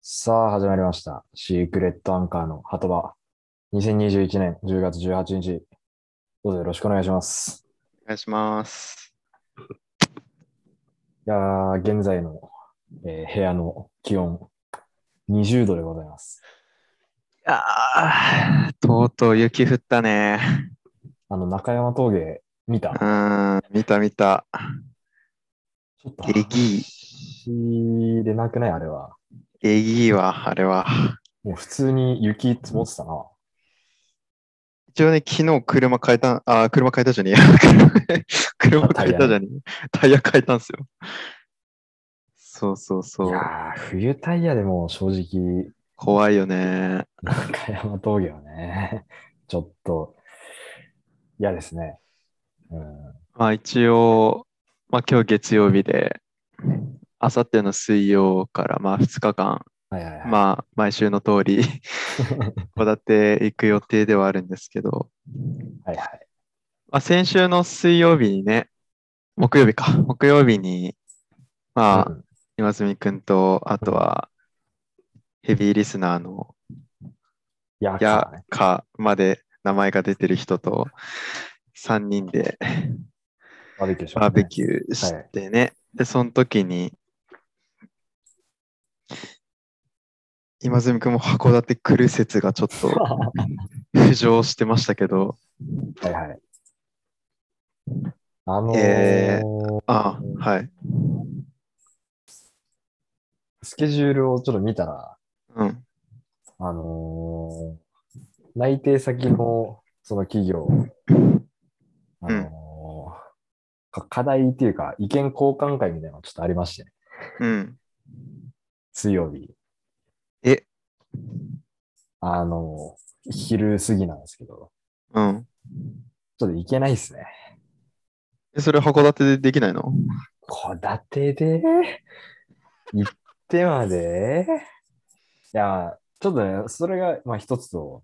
さあ、始まりました。シークレットアンカーの鳩場。2021年10月18日。どうぞよろしくお願いします。お願いします。いやー、現在の、えー、部屋の気温、20度でございます。いやー、とうとう雪降ったね。あの、中山峠、見たうん、見た見た。ちょっと、えぎい。でなくないあれは。えぎいわ、あれは。もう普通に雪積もってたな。一応ね、昨日車変えた、あ、車変えたじゃねえ。 車変えたじゃねえ。タイヤ変えたんすよ。そうそうそう。いや冬タイヤでも正直。怖いよね。中山峠はね、ちょっと嫌ですね。うん、まあ一応、まあ今日月曜日で、あさっての水曜からまあ2日間、はいはいはい、まあ毎週の通 り戸建て行く予定ではあるんですけど、はいはい。まあ先週の水曜日にね、木曜日か、木曜日に、まあ、うん、今住くんと、あとは、ヘビーリスナーの、やかまで名前が出てる人と、3人で、バーベキューし、ね、バーベキューしてね、はい、で、その時に、今住君も函館来る説がちょっ と浮上してましたけど。はいはい。あのー、えー、あ、はい。スケジュールをちょっと見たら、うん。あのー、内定先のその企業、あのーうん、課題っていうか意見交換会みたいなのちょっとありましてね。うん。水曜日。えあの、昼過ぎなんですけど。うん。ちょっと行けないっすね。え、それ函館でできないの函館で行ってまでいや、ちょっとね、それが、まあ一つと、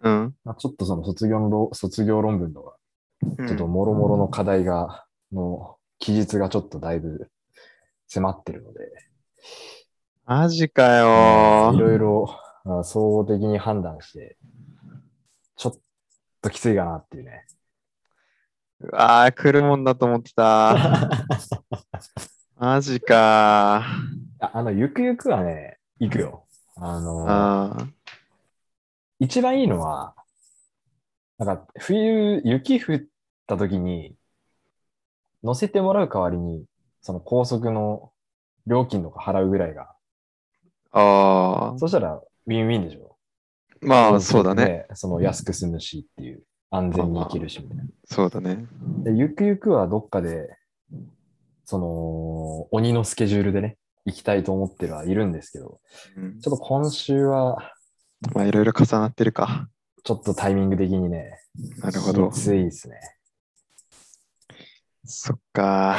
うん。まあ、ちょっとその卒業の卒業論文とか、ちょっともろもろの課題が、うん、の期日がちょっとだいぶ迫ってるので。マジかよ、うん、いろいろ総合的に判断して、ちょっときついかなっていうね。うわぁ、来るもんだと思っ てた。マジかあ。あの、ゆくゆくはね、行くよ。あのー、一番いいのは、なんか冬、雪降った時に、乗せてもらう代わりに、その高速の料金とか払うぐらいがああ。そしたら、ウィンウィンでしょ。まあ、そうだね。その安く済むしっていう、安全に生きるしみたいな。まあ、そうだねで。ゆくゆくはどっかで、その、鬼のスケジュールでね、行きたいと思ってはいるんですけど、うん、ちょっと今週は、まあ、いろいろ重なってるか。ちょっとタイミング的にね、なるほど。きついですね。そっ か。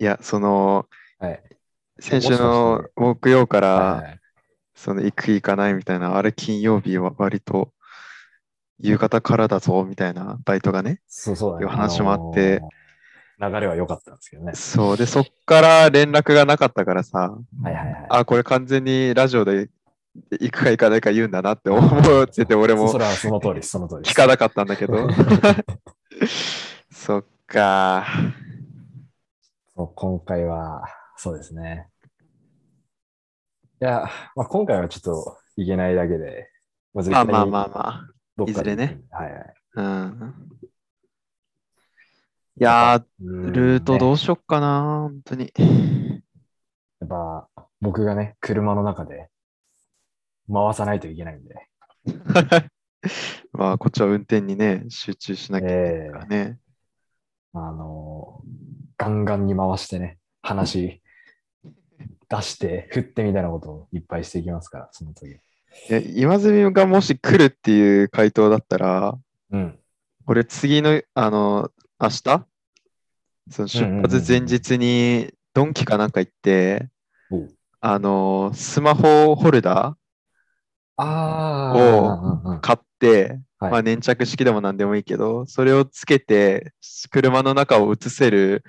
いや、その、はい、先週の木曜から、その行く行かないみたいな、あれ金曜日は割と夕方からだぞみたいなバイトがね、そうそう、いう話もあって、あのー、流れは良かったんですけどね。そう、で、そっから連絡がなかったからさ、はいはいはい、あ、これ完全にラジオで行くか行かないか言うんだなって 思ってて、俺もそれはその通り、その通り。聞かなかったんだけ ど、そっか。そう今回は、そうですね。いや、まあ、今回はちょっといけないだけで、まあ、まあまあまあまあ、いずれね。はいはい。うん、いやー、ルートどうしよっかな、本当に。 やっぱ、僕がね、車の中で回さないといけないんで。まあ、こっちは運転にね、集中しなきゃいけないからね。えー、あのーガンガンに回してね、話、出して、振ってみたいなことをいっぱいしていきますから、その時。え今住がもし来るっていう回答だったら、うん、俺次の、あの、明日その出発前日にドンキかなんか行って、うんうんうん、あの、スマホホルダーを買って、はい、まあ、粘着式でも何でもいいけど、それをつけて、車の中を映せる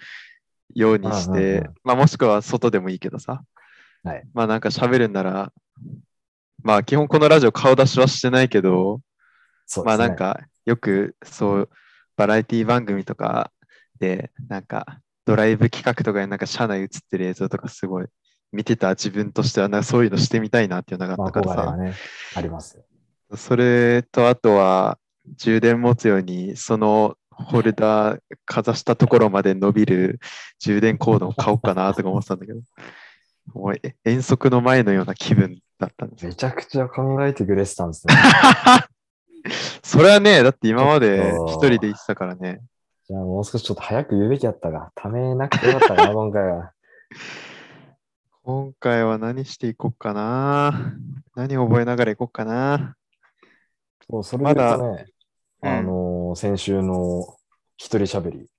ようにしうんうんてうん、まあもしくは外でもいいけどさはい、まあなんか喋るんなら、まあ基本このラジオ顔出しはしてないけど、そうまですねあなん、かよくそうバラエティ番組とかでなんかドライブ企画とかでなんか車内映ってる映像とかすごい見てた自分としてはなんかそういうのしてみたいなっていうのがあまっあ、たから憧れさは、ね、ありますよ。それとあとは充電持つようにそのホルダーかざしたところまで伸びる充電コードを買おうかなとか思ってたんだけど、もうえ遠足の前のような気分だったんですよめ。ちゃくちゃ考えてくれてたんです ね。それはね、だって今までちょっと一人で行ってたからね。じゃあもう少しちょっと早く言うべきだったが、ためなくてよかった な、今回は。今回は何していこうかな何覚えながら行こうかなそうそれで言うとね、まだあのー先週の一人喋り、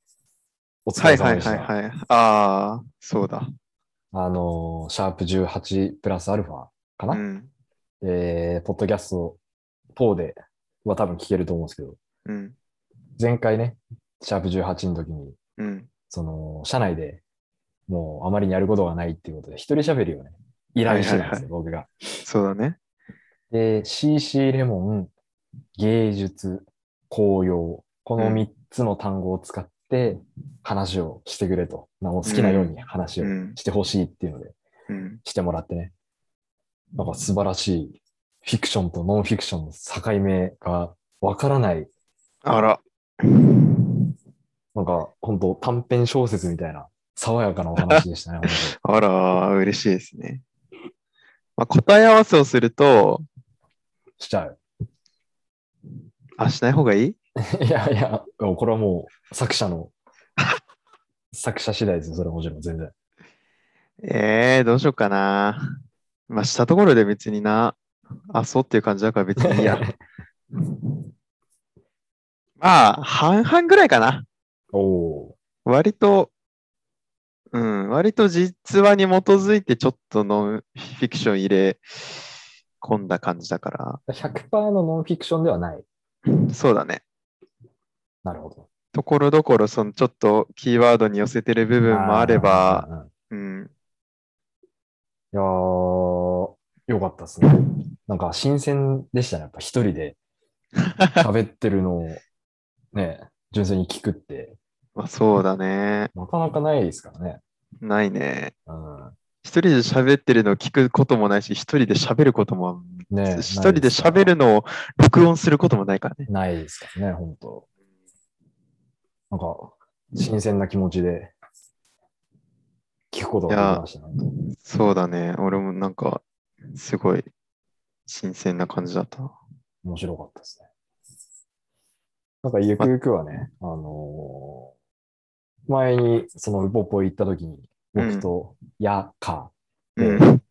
お疲はれいは様いでしはいた。はい。ああ、そうだ。あのーシャープ18プラスアルファかな、うん。えーポッドキャスト等では多分聞けると思うんですけど、うん。前回ね、シャープ18の時に、うん。その、社内でもうあまりにやることがないっていうことで、一人喋りをね、依頼してたんですよ、僕が。そうだね。で、CC レモン、芸術、紅葉、このうん3つの単語を使って話をしてくれと。まあもう好きなように話をうんしてほしいっていうので、うん。してもらってね。なんか素晴らしいフィクションとノンフィクションの境目がわからない、あら。なんか本当短編小説みたいな爽やかなお話でした ね、本あら、嬉しいですね。まあ、答え合わせをすると、当しちゃう。あ、しない方がいいいやいや、これはもう作者の、作者次第ですよ、それはもちろん全然。ええー、どうしようかな。まあ、したところで別にな、あ、そうっていう感じだから別にいいや。まあ、半々ぐらいかな。お お割と、うん、割と実話に基づいてちょっとノンフィクション入れ込んだ感じだかー。100%のノンフィクションではない。ら、そうだね。なるほど。ところどころ、そのちょっとキーワードに寄せてる部分もあれば、あうー。ん、うんいやー、よかったですね。なんか新鮮でしたね。やっぱ一人 で喋ってるのをね、純粋に聞くって、まあそうだね。なかなかないですからね。ないね。うん。一人で喋ってるのを聞くこともないし、一人で喋ることも、ね一人で喋る。るのを録音することもないからね。ないですからね、本当なんか、新鮮な気持ちで聞くことができましたね。本そうだね。俺もなんか、すごい新鮮な感じだったな。当面白かったですね。なんか、ゆくゆくはね、あのー前にそのウポポ行った時に、僕とやかで、うん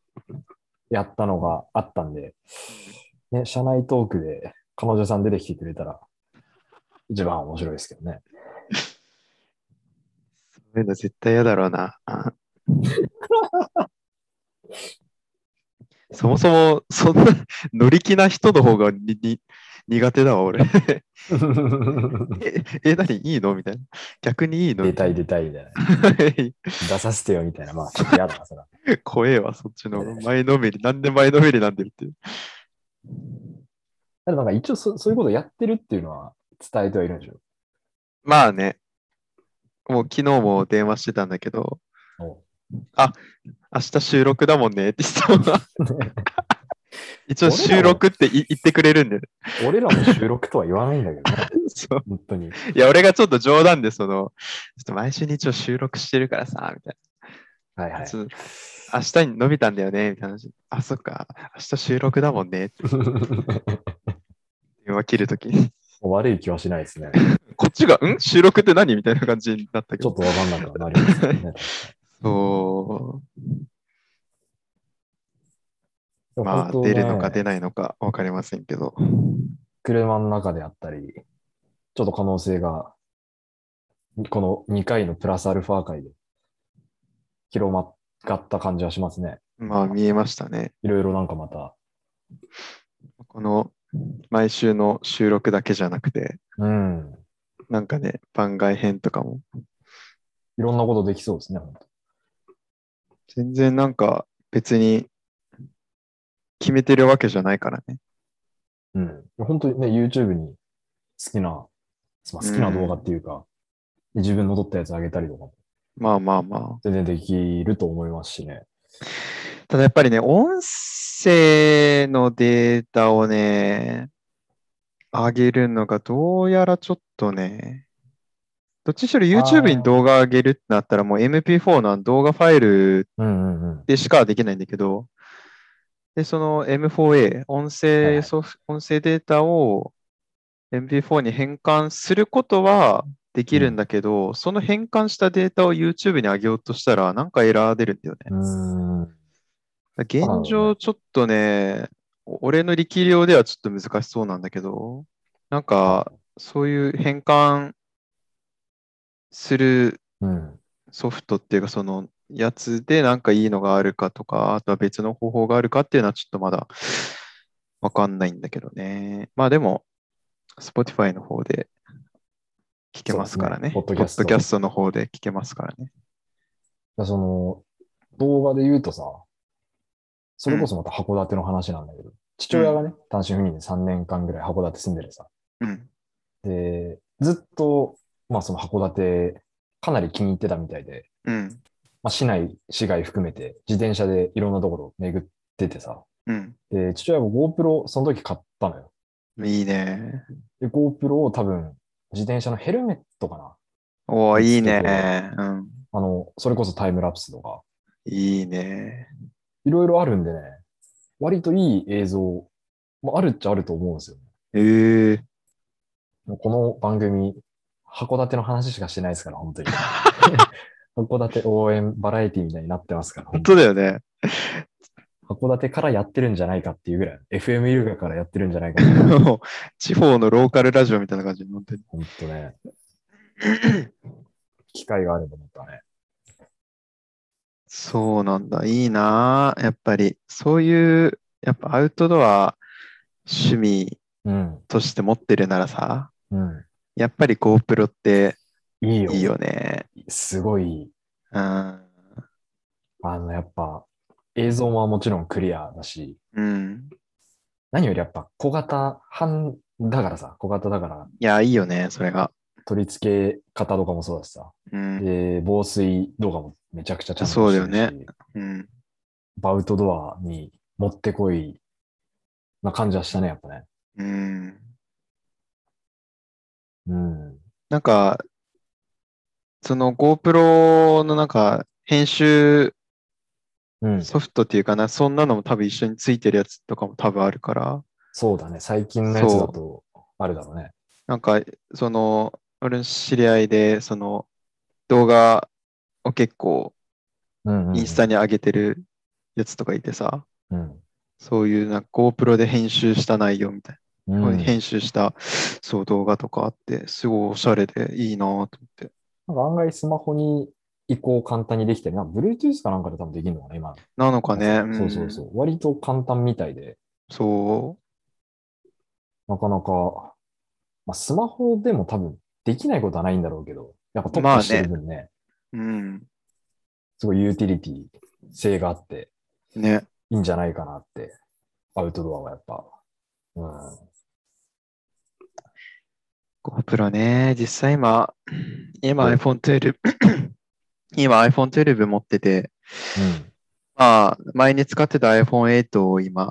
やったのがあったんで、ね、社内トークで彼女さん出てきてくれたら、一番面白いですけどね。そういうの絶対嫌だろうな。あそもそも、そんな乗り気な人の方がにに苦手だわ、俺。え、え、何いいのみたいな。逆にいいの出みたたいい出たいみたいな。な。出させてよみたいな。まあ、ちょっと嫌だな、それは。 怖えわ、そっちの前のめり。なんで前のめりなんでるって。ただなんか一応そそういうことやってるっていうのは伝えてはいるんでしょ。まあね。もう昨日も電話してたんだけど、お明日収録だもんねって質問が。一応俺らも収録ってい言ってくれるんで、ね、俺らも収録とは言わないんだけどね、そう本当に。いや、俺がちょっと冗談で、その、ちょっと毎週日曜収録してるからさ、みたいはいな。はい。ちょっと明日に伸びたんだよね、みたいな話。あ、そっか、明日収録だもんね、って電話切るときに。 悪い気はしないですね。こっちが、ん収録って何みたいな感じになったけちょっど。とわかんなくはなりますけどね。そでう。も ま本あ、当出ねるのか出ないのか分かりませんけど。車の中であったり、ちょっと可能性が、この2回のプラスアルファ回で広まった感じはしますね。まあ、見えましたね。いろいろなんかまた。この、毎週の収録だけじゃなくて、うん。なんかね、番外編とかもいろんなことできそうですね、本当全然なんか別に決めてるわけじゃないからね。うん。本当にね、YouTube に好きな、まあ好きな動画っていうか、自分の撮ったやつ上げたりとかもまあまあま全然できると思いますしね。あ。ただやっぱりね、音声のデータをね、上げるのがどうやらちょっとね、どっちにしろあ YouTube ーに動画上げるってなったらもう MP4 の動画ファイルうんうんうん。でしかできないんだけど、で、その M4A、は音いは声いソフ、音声データを MP4 に変換することはできるんだけど、その変換したデータを YouTube に上げようとしたら、なんかエラー出るんだよね。うん。現状、ちょっとね、お俺の力量ではちょっと難しそうなんだけど、なんか、そういう変換するうん。ソフトっていうか、そのやつでなんかいいのがあるかとか、あとは別の方法があるかっていうのはちょっとまだわかんないんだけどね。まあでも、Spotify の方で聞けますからね。そうですねポッドキャストポッドキャストの方で聞けますからね。だその、動画で言うとさ、それこそまた函館の話なんだけど、父親がね、単身赴任で3年間ぐらい函館住んでるさ。うん。で、ずっと、まあその函館、かなり気に入ってたみたいで、うん。まあ市内、市外含めて、自転車でいろんなところ巡っててさ、うん。で、父親が GoPro その時買ったのよ。いいね。で、GoPro を多分、自転車のヘルメットかな。おー、いいそうね。うん。あの、それこそタイムラプスとか、いいね。いろいろあるんでね、割といい映像、まあ、あるっちゃあると思うんですよ。えー。もうこの番組、函館の話しかしてないですから、本当に。函館応援バラエティみたいになってますから、本当だよね。 函館からやってるんじゃないかっていうぐらい、FM 優雅からやってるんじゃないかっていう、もう地方のローカルラジオみたいな感じになってる。本当ね、機会があると思ったね。そうなんだ。いいなあやっぱり、そういう、やっぱアウトドア趣味うん、として持ってるならさ、うやっぱり GoPro ってん。いいよ。いいよね。すごいいい。うん。あの、やっぱ、映像はもちろんクリアだし、うん。何よりやっぱ小型、半、だからさ、小型だから、いや、いいよね、それが。取り付け方とかもそうだしさ、うん。で、防水動画もめちゃくちゃちゃんとしてそうるだしよねうん。バウトドアに持ってこいな感じはしたね、やっぱね。うん。うん。なんか、その GoPro のなんか、編集うん。ソフトっていうかな、そんなのも多分一緒についてるやつとかも多分あるから、そうだね。最近のやつだと、あるだろうね。なんか、その、俺の知り合いで、その、動画を結構うん、うん。インスタに上げてるやつとかいてさ、うん。そういうなんか GoPro で編集した内容みたいうん。な、なんか編集したそう動画とかあって、すごいおしゃれでいいなと思って。案外スマホに移行簡単にできたり、なんか Bluetooth かなんかで多分できるのかな、今の。なのかね、そうそうそう。割と簡単みたいで、うん。そなかなか、まあ、スマホでも多分できないことはないんだろうけど、やっぱ特まあ化ねしてる分ね、う。うん。すごいユーティリティ性があって、ね。いいんじゃないかなって、アウトドアはやっぱ。うん。 GoPro ね、実際今、今うん iPhone 12、今 iPhone 12持ってて、まあ、前に使ってた iPhone8 を今、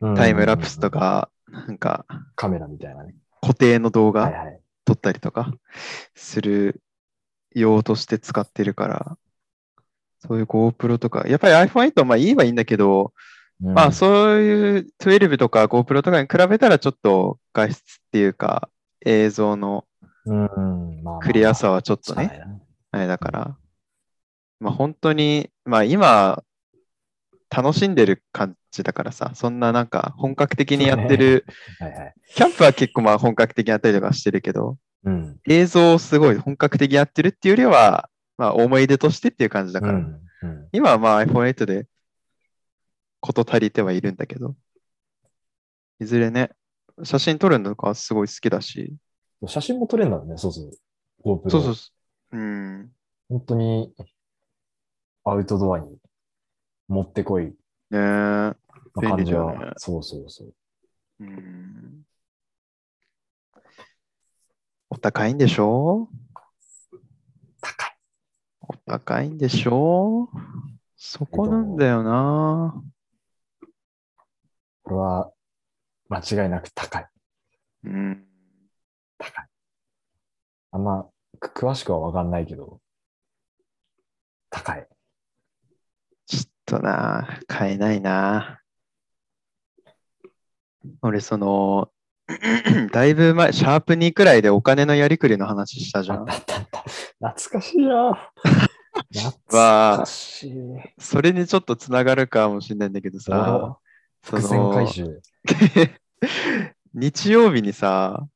うんタイムラプスと。か、なんかカメラみたいなね。固定の動はい画はい。撮ったりとかする用として使ってるから、そういう GoPro とか、やっぱり iPhone8 はまあ言えばいいんだけど、うんまあそういう12とか GoPro とかに比べたらちょっと画質っていうか映像のうんうん。まあまあクリアさはちょっとつかなね、いな。あれだから、まあ本当に、まあ今、楽しんでる感じだからさ、そんななんか本格的にやってるはいはい。キャンプは結構まあ本格的にやったりとかしてるけど、うん。映像をすごい本格的にやってるっていうよりは、まあ思い出としてっていう感じだうから、ん。うん今はまあ iPhone8 でこと足りてはいるんだけど、いずれね、写真撮るのとかすごい好きだし、写真も撮れるんだろうね、そうそう。GoPro。そうそう、ううん。本当にアウトドアに持ってこいねえ。の感じ便利だよねは、そうそうそう。うん。お高いんでしょ高い。お高いんでしょそこなんだよな。これは間違いなく高い。うん。高い。あんまく詳しくはわかんないけど、高い。ちょっとな、買えないな。俺、その、 だいぶ前、シャープ2くらいでお金のやりくりの話したじあゃっんた。あったあった。懐かしい な。懐わかあしい。それにちょっとつながるかもしれないんだけどさ、そ伏線回の、収。日曜日にさ、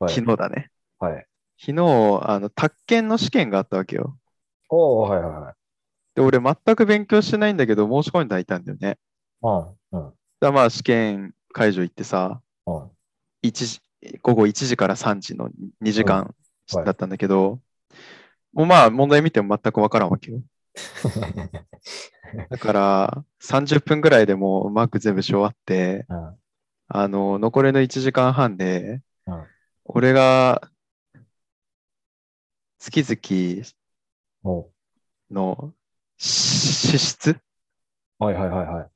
はい昨日だね。はい。昨日、あの、宅建の試験があったわけよ。おーはいはいはい。で、俺、全く勉強してないんだけど、申し込んでいたんだよね。うん、 うん、だまあ、試験会場行ってさ、うん。 1時午後1時から3時の2時間はいだったんだけど、もうまあ問題見ても全く分からんわけよ。だから30分ぐらいでもううまく全部し終わって、うんあの残りの1時間半で、うん俺が月々おうの支出はいはいはいはい。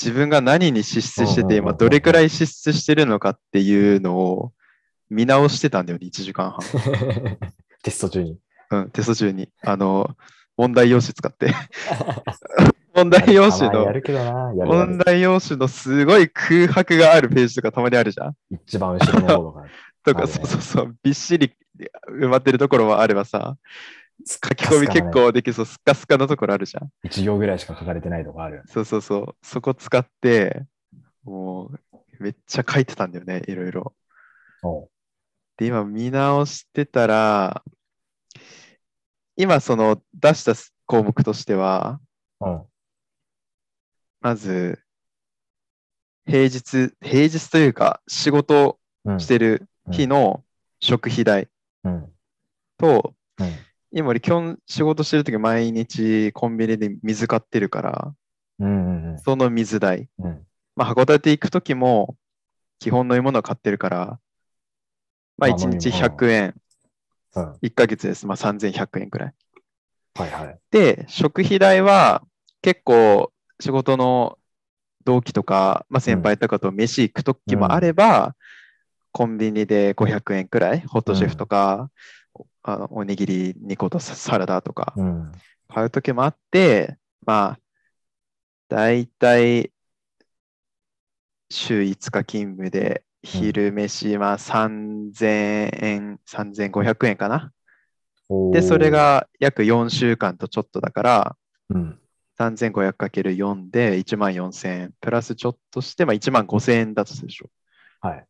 自分が何に支出してうんうんうんうて、ん今どれくらい支出してるのかっていうのを見直してたんだよね、1時間半。 テスト中に。うん、テスト中に。あの、問題用紙 使って。問題用たま紙にやの、るけどな。やるや問る題用紙のすごい空白があるページとかたまにあるじゃん一番後ろの方とか。とあか、るねそうそうそう、びっしり埋まってるところもあればさ、書き込み結構できそう、スッカスカのところあるじゃん。一行ぐらいしか書かれてないとかある。そうそうそう、そこ使って、もう、めっちゃ書いてたんだよね、いろいろ。おうで、今見直してたら、今その出した項目としては、うん。まず、平日、平日というか、仕事うん。してる日の食費代うん。と、うん。今俺、基本仕事してるとき毎日コンビニで水買ってるから、うん。うん。その水代。うん。まあ、函館行くときも、基本の飲み物買ってるから、まあ、まあ1日飲み物100円、うん。は1ヶ月です。まあ、3100円くらい。いはい。で、食費代は結構仕事の同期とか、まあ、先輩とかと飯行くときもあれば、コンビニで500円くらい、ホットシェフとか、あのおにぎり2個とササラダとかうん。買うときもあって、まあ、だいたい週5日勤務で、昼飯は3000円、3500円かな。おーで、それ、が約4週間とちょっとだから、うん。 3500×4 で1万4000円、プラスちょっとして、まあ、1万5000円だとするでしょ。はい。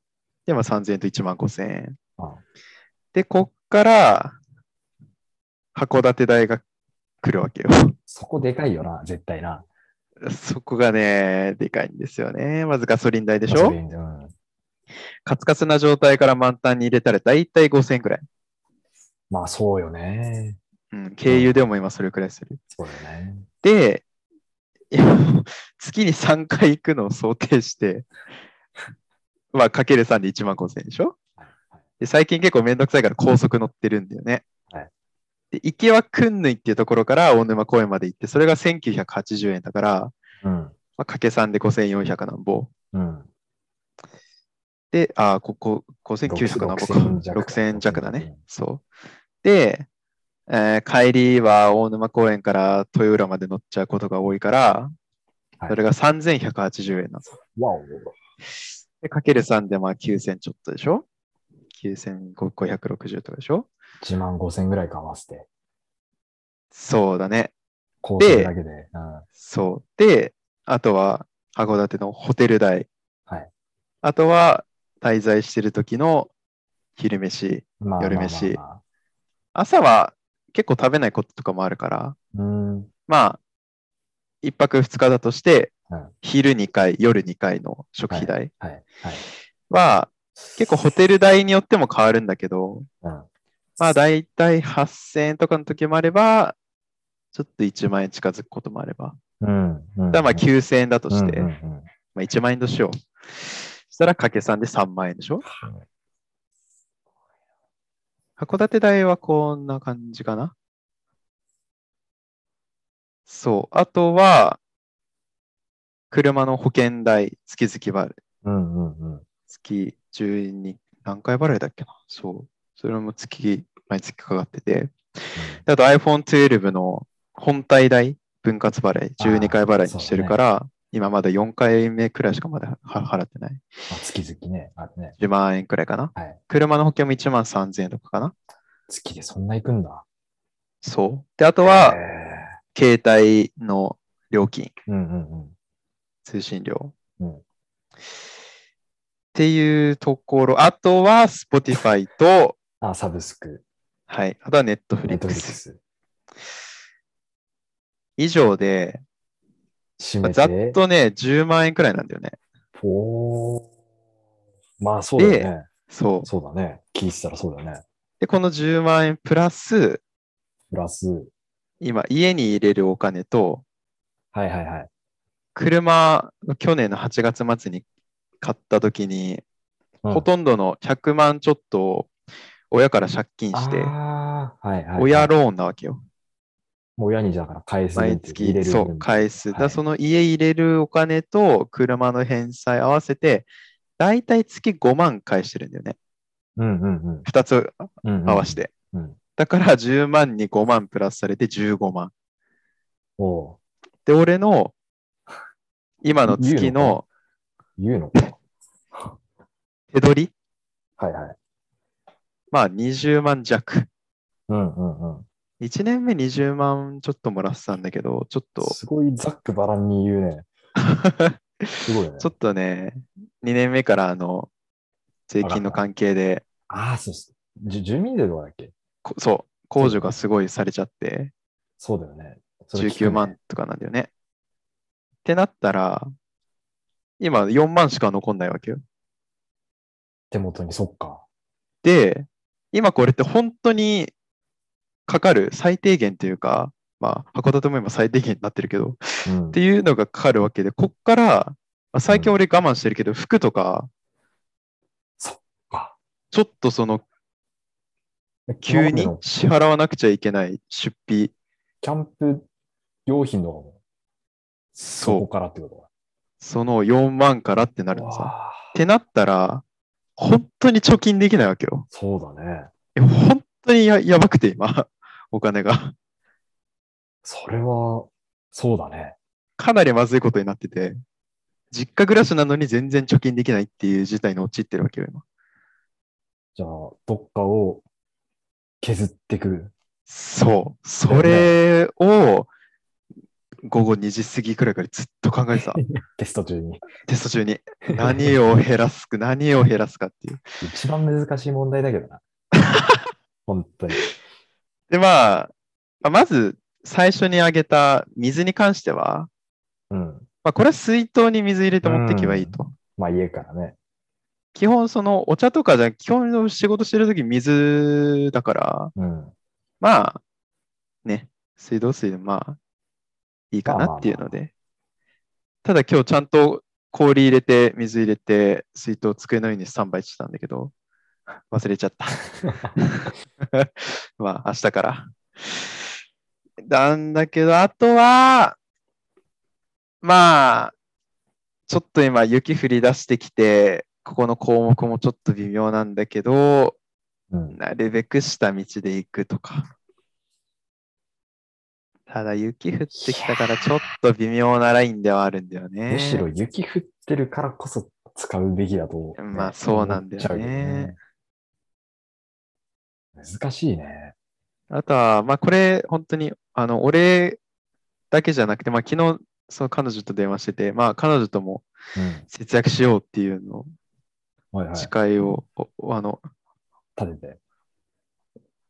で、まあ、3000円と1万5000円あ。で、こっから、函館大が来るわけよ。 そこでかいよな、絶対な。そこがね、でかいんですよね。まずガソリン代ででしょう。ん。カツカツな状態から満タンに入れたら大体5000円くらい。まあそうよね。うん、軽油でも今それくらいする。そうよね。で、月に3回行くのを想定して、まあ、かける3で1万5000円でしょはいはいで最近結構めんどくさいから高速乗ってるんだよね。はいで行きはくんぬいっていうところから大沼公園まで行って、それが1980円だから、うん。まあ、かけ3で5400なんぼ。うん。で、ああ、ここ5900なんぼか。 6000弱6000円弱だうねん。そう。で、えー帰りは大沼公園から豊浦まで乗っちゃうことが多いから、はいそれが3180円なんですよわお。で、かける3でまあ9000ちょっとでしょ ?9560 とかでしょ1万5千ぐらいか合わせて。そうだね。構成だけで。うん。そう。で、あとは函館のホテル代。はいあとは滞在してる時の昼飯。まあ夜ま飯あまあまあ朝は結構食べないこととかもあるから、うん。まあ、一泊二日だとしてうん、昼2回、夜2回の食費代はい。はい。は、結構ホテル代によっても変わるんだけど、うん。まあ、だいたい8000円とかの時もあれば、ちょっと1万円近づくこともあれば。うん。うんだからまあ9000円だとして、うんうんまあ、1万円としよう。そしたら掛け算で3万円でしょうん函館代はこんな感じかなそう。あとは、車の保険代、月々払い。うんうんうん。月12、何回払いだっけなそう。それも月、毎月かかってて。あと iPhone12 の本体代、分割払い、12回払いにしてるから、今まだ4回目くらいしかまだは払ってない。あ月々ね、あれね。 10万円くらいかな。はい車の保険も1万3000円とかかな。月でそんな行くんだ。そう。で、あとへは、携帯の料金、ーうんうんうん。通信料。うんっていうところ。あとは、Spotify と、あ、サブスク、はい。あとは Netflix。ネットフリックス。以上で、締まあめ。ざってとね、10万円くらいなんだよね。おーまあそうだよね。そう。そうだね。聞いてたらそうだよね。で、この10万円プラス、プラス、今、家に入れるお金と、はいはいはい。車、去年の8月末に買った時に、うんほとんどの100万ちょっとを親から借金して、ああ、はいはい、はい。親ローンなわけよ。もう親にだから返す分っ毎て入れ月、るそ分う、返す。だからはいその家入れるお金と車の返済合わせて、だいたい月5万返してるんだよね。うんうんうん2つうんうん。合わせて。うんだから10万に5万プラスされて15万。おうで、俺の今の月の言うのか。手取り、はいはい。まあ20万弱。うんうんうん。 1年目20万ちょっともらってたんだけど、ちょっと、すごいざっくばらんに言うね。すごいね。 ちょっとね、2年目からあの、税金の関係で、ああ、そうそう。じゅ住民税とかだっけこそう、控除がすごいされちゃって、そうだよね。それ聞くね19万。とかなんだよね。ってなったら、今4万しか残んないわけよ。手元に、そっか。で、今これって本当にかかる最低限というか、まあ、函館も今最低限になってるけど、うんっていうのがかかるわけで、こっから、まあ最近俺我慢してるけど、服とか、そっかちょっとその、急に今までの支払わなくちゃいけない出費、キャンプ用品とかも、そうこからってこその4万からってなとるのか。さ。わあってなったら、本当に貯金できないわけよ。そうだね。え本当にややばくて今、 お金が。それは、そうだね。かなりまずいことになってて、実家暮らしなのに全然貯金できないっていう事態に陥ってるわけよ、今。じゃあ、どっかを削ってく。そう。それを、午後2時過ぎくらいからずっと考えてた。テスト中に。テスト中に。何を減らすか、何を減らすかっていう。 一番難しい問題だけど な。本当に。で、まあ、まあまず、最初に挙げた水に関しては、うん。まあ、これは水筒に水入れて持ってけばいいと。まあ、家からね。基本、その、お茶とかじゃ、基本の仕事してるとき水だから、うん。まあ、ね、水道水でまあ、いいかなっていうので。ただ今日ちゃんと氷入れて、水入れて、水筒机の上にスタンバイしてたんだけど、忘れちゃった。まあ、明日から。なんだけど、あとは、まあ、ちょっと今雪降り出してきて、ここの項目もちょっと微妙なんだけど、うん。なるべく下道で行くとか。ただ雪降ってきたからちょっと微妙なラインではあるんだよね。むしろ雪降ってるからこそ使うべきだと、まあそうなんだ思よねっちゃうけどね。難しいね。あとは、まあこれ本当に、あの、俺だけじゃなくて、まあ昨日、その彼女と電話してて、まあ彼女ともうん。節約しようっていうのはいはい。誓いを、おあの、立てて。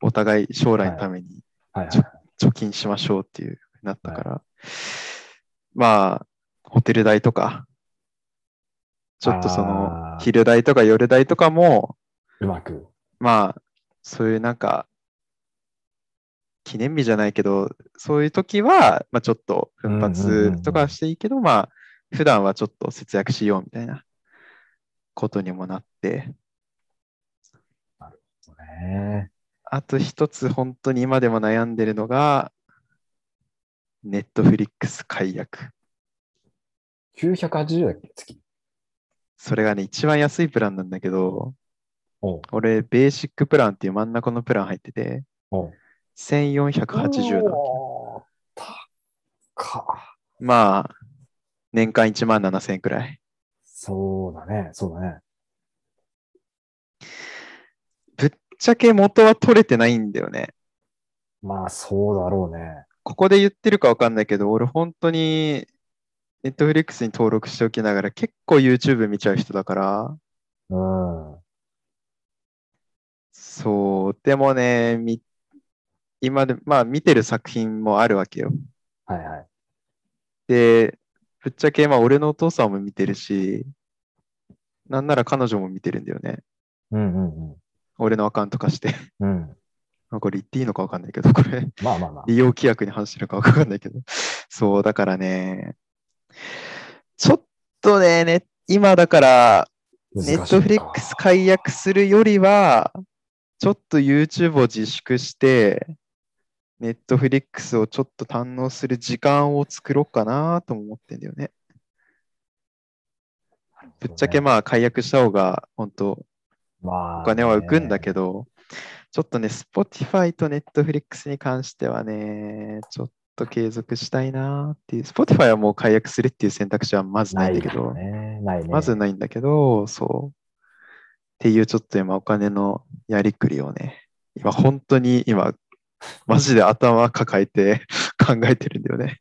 お互い将来のためにはいはい。貯金しましょうっていうなったから、まあ、ホテル代とか、ちょっとそのあ、ー昼代とか夜代とかも、うまく。まあ、そういうなんか、記念日じゃないけど、そういう時は、まあ、ちょっとう奮んうんうんうん発とかしていいけど、まあ、普段はちょっと節約しようみたいなことにもなって、ね。あと一つ本当に今でも悩んでるのが、ネットフリックス解約。 980だっけ月。それがね、一番安いプランなんだけど、おう俺、ベーシックプランっていう真ん中のプラン入ってて、おう1480なわけ。おー高っまあ、年間1万7000円くらい。そうだね、そうだね。ぶっちゃけ元は取れてないんだよね。まあ、そうだろうね。ここで言ってるかわかんないけど、俺本当に Netflix に登録しておきながら結構 YouTube 見ちゃう人だから、うん。そう、でもね、み今で、まあ見てる作品もあるわけよ。はいはい。で、ぶっちゃけ、まあ俺のお父さんも見てるし、なんなら彼女も見てるんだよね。うんうん俺のアカウント化して。 うん。うん。まあこれ言っていいのかわかんないけど、これ。まあまあまあ。利用規約に反してるのかわかんないけど。そう、だからね、ちょっとね、ね今だから、ネットフリックス解約するよりは、ちょっと YouTube を自粛して、ネットフリックスをちょっと堪能する時間を作ろうかなとも思ってんだよね。ぶっちゃけまあ解約した方が本当あお金は浮くんだけど。ど、ちょっとね、Spotify と Netflix に関してはね、ちょっと継続したいなっていう。Spotify はもう解約するっていう選択肢はまずなないんいだけけどど、ね。ないね。まずないんだけど、そう。っていうちょっと今お金のやりくりをね、今本当に今、マジで頭抱えて 考えてるんだよね。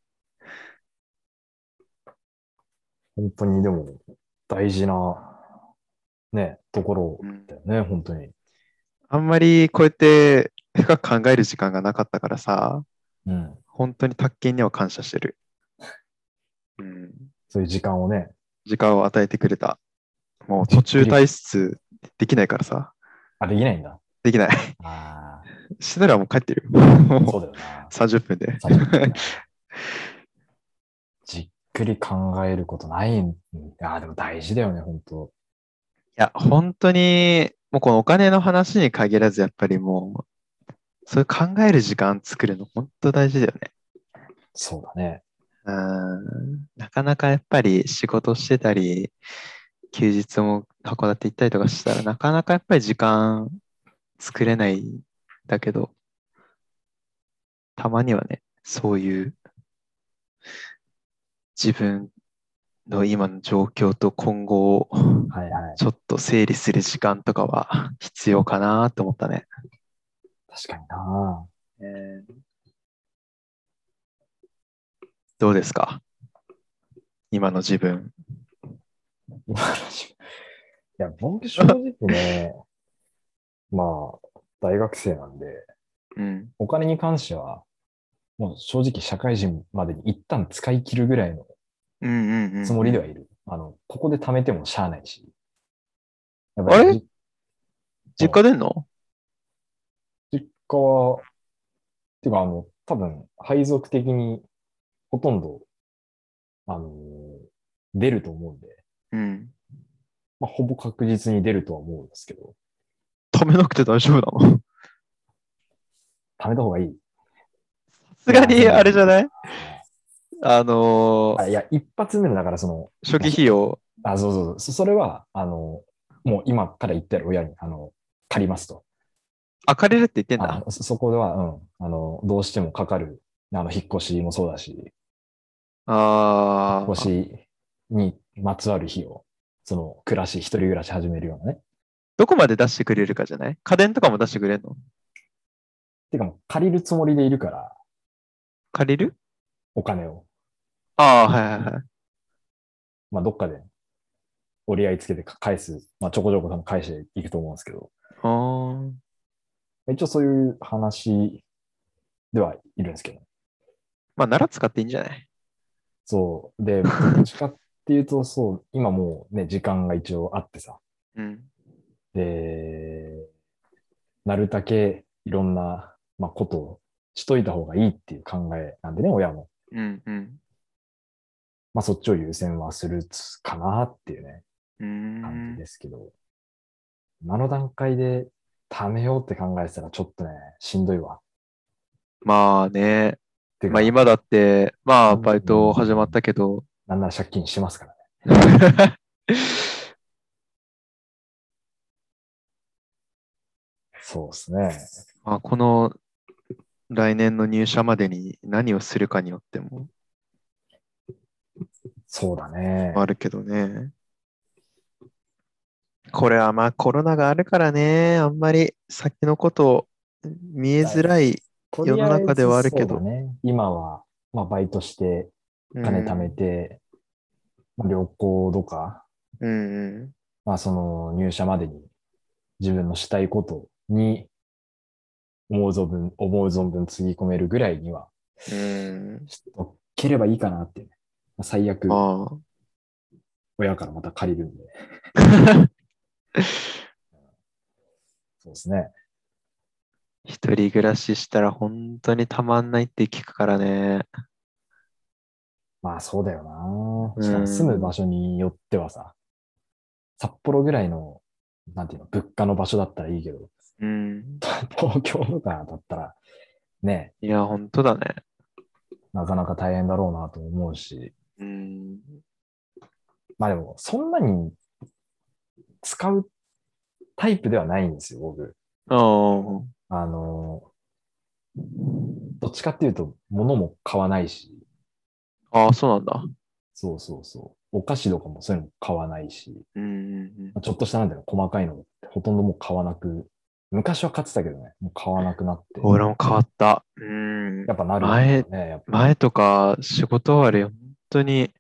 本当にでも大事な、ね、ところだよね、本当に。あんまりこうやって深く考える時間がなかったからさ、うん。本当に卓研には感謝してる。うん。そういう時間をね。時間を与えてくれた。もう途中退出できないからさ。あ、できないんだ。できない。 ああ、してたらもう帰ってるよ。もそううだよな。 30分で。最初 にじっくり考えることないん。ああ、でも大事だよね、本当。いや、本当に、もうこのお金の話に限らず、やっぱりもう、そういう考える時間作るの、本当大事だよね。そうだね。うん。なかなかやっぱり仕事してたり、休日も函館行ったりとかしたらなかなかやっぱり時間作れないんだけど、たまにはね、そういう自分の今の状況と今後をはいはい。ちょっと整理する時間とかは 必要かなと思ったね。確かにな。どうですか今の自分。今の自分いや、僕正直ね、 まあ、大学生なんで、うん。お金に関しては、もう正直社会人までに一旦使い切るぐらいのうんうんうん。つもりではいる。あの、ここで貯めてもしゃあないし。やっあれじ実家出んの実家は、ていうかあの、多分、配属的にほとんど、あの出ると思うんで、うん。まあ、ほぼ確実に出るとは思うんですけど、止めなくて大丈夫なの貯めた方がいい。さすがにあれじゃないねあのーあいや、一発目の、だからその、初期費用。あ、そうそうそう、そそれは、あの、もう今から言ったら親に、あの、借りますと。あ、借りるって言ってんあだ。そそこでは、うん、あの、どうしてもかかる、あの、引っ越しもそうだし、あ引っ越あ。しにまつわる費用、その、暮らし、一人暮らし始めるようなね。どこまで出してくれるかじゃない家電とかも出してくれるのてかもう借りるつもりでいるから、借りるお金を。ああ、はいはいはい。まあ、どっかで折り合いつけてか返す。まあ、ちょこちょこ多分返していくと思うんですけど、あーまあ一応そういう話ではいるんですけど。まあ、なら使っていいんじゃないそう。で、どっちかっていうと、そう、今もうね、時間が一応あってさ。うん。で、なるだけいろんな、まあ、ことをしといた方がいいっていう考えなんでね、親も。うんうん。まあそっちを優先はするかなっていうね、うー感じん。ですけど、今の段階で貯めようって考えてたらちょっとね、しんどいわ。まあね、ていうかまあ今だって、まあうんバイト始まった けど、なんなら借金してますからね。そうですね。まあこの来年の入社までに何をするかによってもそうだね。あるけどね。これはまあコロナがあるからね、あんまり先のこと見えづらい。とりあえず世の中ではあるけそどうだね、今は、まあ、バイトして、金貯めて、まあ、旅行とか、うんうんまあ、その入社までに自分のしたいことに思う存分、思う存分つぎ込めるぐらいにはうん。しとければいいかなって、まあ、最悪うん。、ああ。親からまた借りるんで。そうですね。 一人暮らししたら本当にたまんないって聞くからね。まあそうだようんな。しかも住む場所によってはさ、札幌ぐらいの、なんていうの、物価の場所だったらいいけど、 うん。東京とかだったら、ね、いや、本当だね。なかなか大変だろうなと思うし、うん。まあでも、そんなに使うタイプではないんですよ、僕。ああ。あの、どっちかっていうと、物も買わないし、ああ、そうなんだ。そうそうそう、お菓子とかもそういうのも買わないし、うんうんまあちょっとしたなんていうの、細かいのってほとんどもう買わなく、昔は買ってたけどね、もう買わなくなってうん。。俺も変わった。うんや。っぱなるよね。やっぱ前とか仕事終わり、本当に、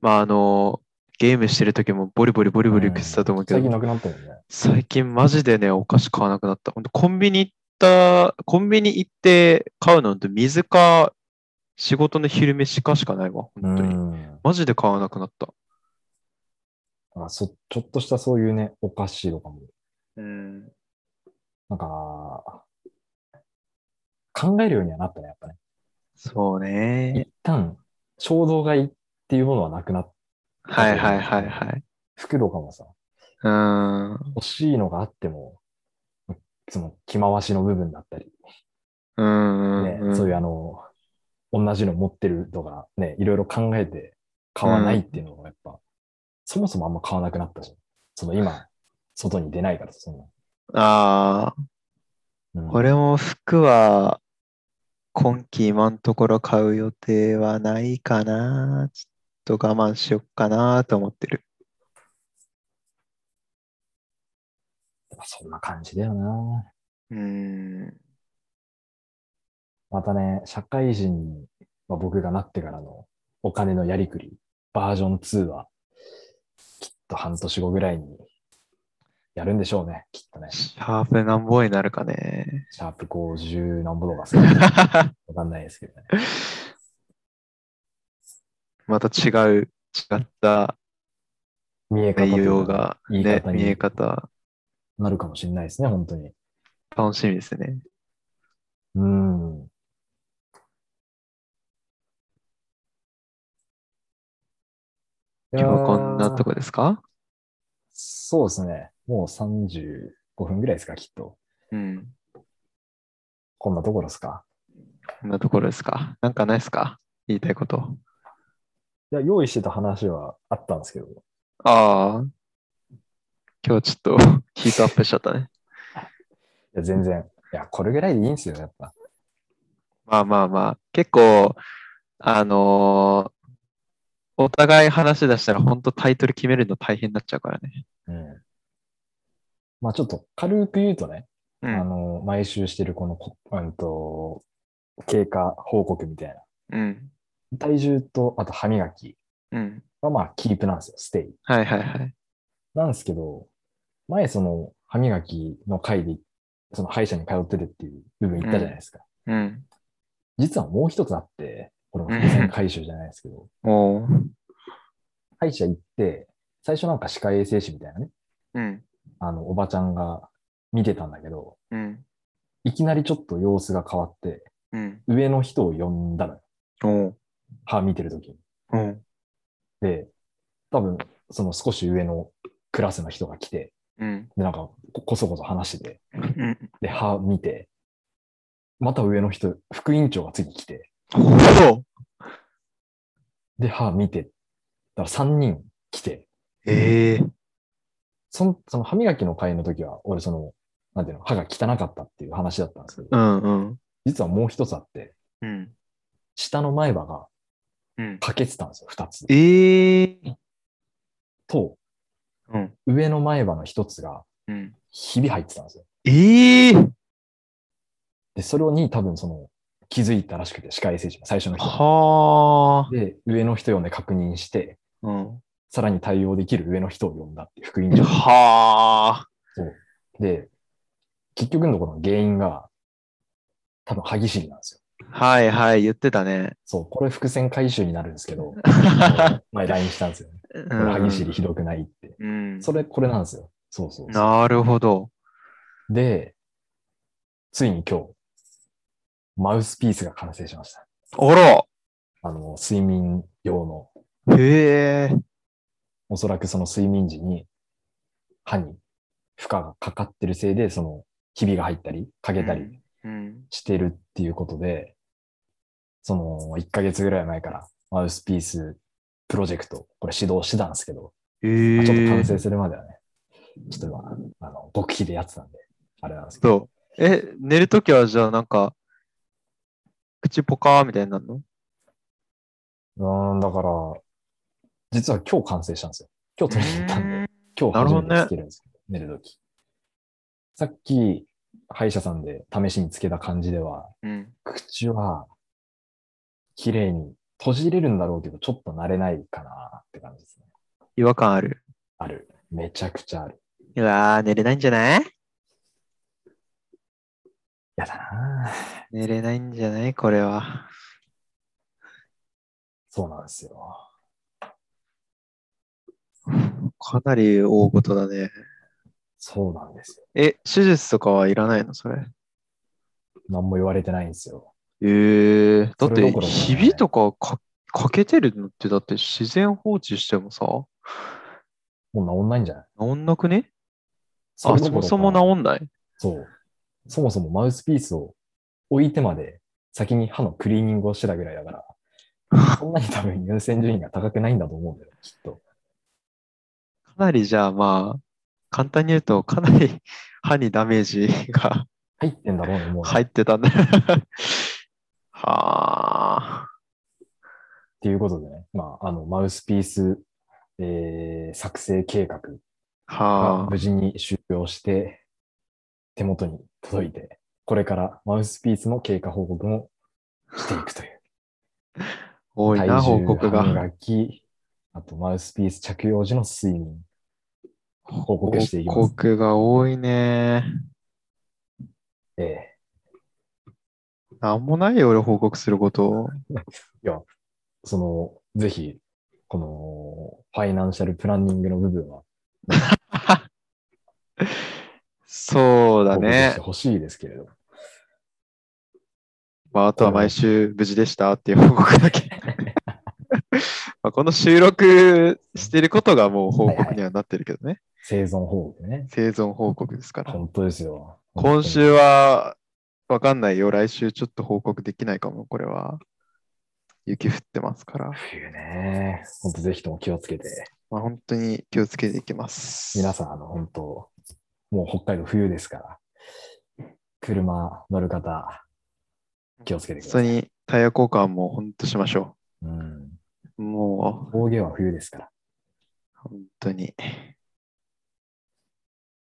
まああの、ゲームしてる時もボリボリボリボリ食ってたと思うけど、最近なくなったよね。最近マジでね、お菓子買わなくなった。ほんとコンビニ行った、コンビニ行って買うのって水か仕事の昼飯かしかないわ、う本当に。ん。だマジで買わなくなった。からそちょっとしたそういうね、お菓子とかも、うん。なんか、考えるようにはなったね、やっぱね。そうね。一旦、衝動買いっていうものはなくなっはいはいはいはい。服とかもさ、うん。欲しいのがあっても、その着回しの部分だったり、うんねうんうん。そういうあの、同じの持ってるとか、ね、いろいろ考えて買わないっていうのがやっぱ、そもそもあんま買わなくなったじゃん。その今、外に出ないから、そんな。ああ。うん俺も服は今季今のところ買う予定はないかな。ちょっと我慢しよっかなと思ってる。そんな感じだよな。うん。またね、社会人に、まあ、僕がなってからのお金のやりくり、バージョン2は、きっと半年後ぐらいにやるんでしょうね、きっとね。シャープ何本になるか ね。シャープ50何ぼとか するわかんないですけどね。また違う、違った見え方と内いう容かが、言いね、方に見え方、なるかもしれないですね、本当に。楽しみですね。うん。今日はこんなとこ。こですかそうですね。もう35分ぐらいですか、きっと。うん。こんなところですか。こんなところですかなんかないですか言いたいこと。いや、用意してた話はあったんですけど、ああ。今日ちょっと ヒートアップしちゃったね。いや、全然。いや、これぐらいでいいんですよ、やっぱ。まあまあまあ、結構、あのーお互い話し出したら本当タイトル決めるの大変になっちゃうからね。うん。まあちょっと軽く言うとね、うあん。の、毎週してるこのこ、うんと、経過報告みたいな。うん。体重と、あと歯磨きうん。はまあキープなんですよ、ステイ。はいはいはい。なんですけど、前その歯磨きの回で、その歯医者に通ってるっていう部分言ったじゃないですか。うん。実はもう一つあって、これも伏線回収じゃないですけど、おう。歯医者行って、最初なんか歯科衛生士みたいなね、うん。あの、おばちゃんが見てたんだけど、うん。いきなりちょっと様子が変わって、ううん。上の人を呼んだのよ。おう。歯見てる時に。うん。で、多分、その少し上のクラスの人が来て、うん。で、なんかこ、こそこそ話してて、うん。で、歯見て、また上の人、副院長が次来て、そう。で、歯見て、だから3人来て、ええその、その歯磨きの会の時は、俺その、なんていうの、歯が汚かったっていう話だったんですけど、うんうん。実はもう一つあって、うん。下の前歯がうん。欠けてたんですよ、二つ。ええと、うん。上の前歯の一つが、うん。ひび入ってたんですよ。ええで、それに多分その、気づいたらしくて、歯科衛生士の最初の人が。はあ。で、上の人呼んで確認して、うん。さらに対応できる上の人を呼んだっていう副院長。はあ。で、結局のところの原因が、多分歯ぎしりなんですよ。はいはい、言ってたね。そう、これ伏線回収になるんですけ ど、前 LINE したんですよね。これ歯ぎしりひどくないって。うん。それ、これなんですよ。そうそうそうなるほど。で、ついに今日、マウスピースが完成しました。あら。あの、睡眠用の、へえ。おそらくその睡眠時に、歯に負荷がかかってるせいで、その、ひびが入ったり、かけたりうん。してるっていうことで、その、1ヶ月ぐらい前から、マウスピースプロジェクト、これ指導してたんですけど、えまえあちょっと完成するまではね、ちょっと今、あの、極秘でやってたんで、あれなんですけど、そう。え、寝るときはじゃあなんか、口ポカーみたいになるのうーん、だから、実は今日完成したんですよ。今日取りに行ったんで、今日なる初ほどめねてつけるんですけど、寝るとき。さっき、歯医者さんで試しにつけた感じでは、うん。口は、綺麗に閉じれるんだろうけど、ちょっと慣れないかなって感じですね。違和感ある。ある。めちゃくちゃある。うわー、寝れないんじゃないやだなぁ寝れないんじゃないこれは。そうなんですよ。かなり大事だね。そうなんですよ。え、手術とかはいらないのそれ。何も言われてないんですよ。ええだそっれどて、ころかねひびとかかかけてるのって、だって自然放置してもさ、もう治んないんじゃない治んなくねれあ、どそころもかそも治んない。そう。そもそもマウスピースを置いてまで先に歯のクリーニングをしてたぐらいだ から、そんなに多分優先順位が高くないんだと思うんだよ、きっと。かなりじゃあまあ、簡単に言うと、かなり 歯にダメージが入ってんだろうね、もうね、入っってたんだ。 はあ。ていうことでね、まあ、あの、マウスピース、えー作成計画がはあ無。事に終了して、手元に届いて、これからマウスピースの経過報告もしていくという。 多い体な、報重告歯が。磨き、あとマウスピース着用時の睡眠、報告していきます。報告が多いね。ええなんもないよ、俺報告すること。その、ぜひ、この、ファイナンシャルプランニングの部分は、そうだ報告しねて。ほしいですけれども、まあ、あとはこれは毎週無事でしたっていう報告 だけ。まあこの収録してることがもう報告にはなってるけどね。生存報告ね。生存報告ですから。本当ですよ。今本週はわかんないよ。来週ちょっと報告できないかも、これは。雪降ってますから。当に。冬ね。本当ぜひとも気をつけて。まあ、本当に気をつけていきます。皆さん、あの、本当、もう北海道冬ですから、車乗る方、気をつけてくだ本さ当い。にタイヤ交換も本当しましょうん。う。も峠は冬ですから。う、本当に。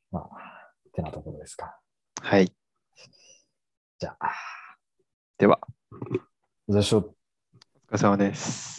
まあ、てなところですか。はい。じゃあ、では、お疲れ様お疲れ様です。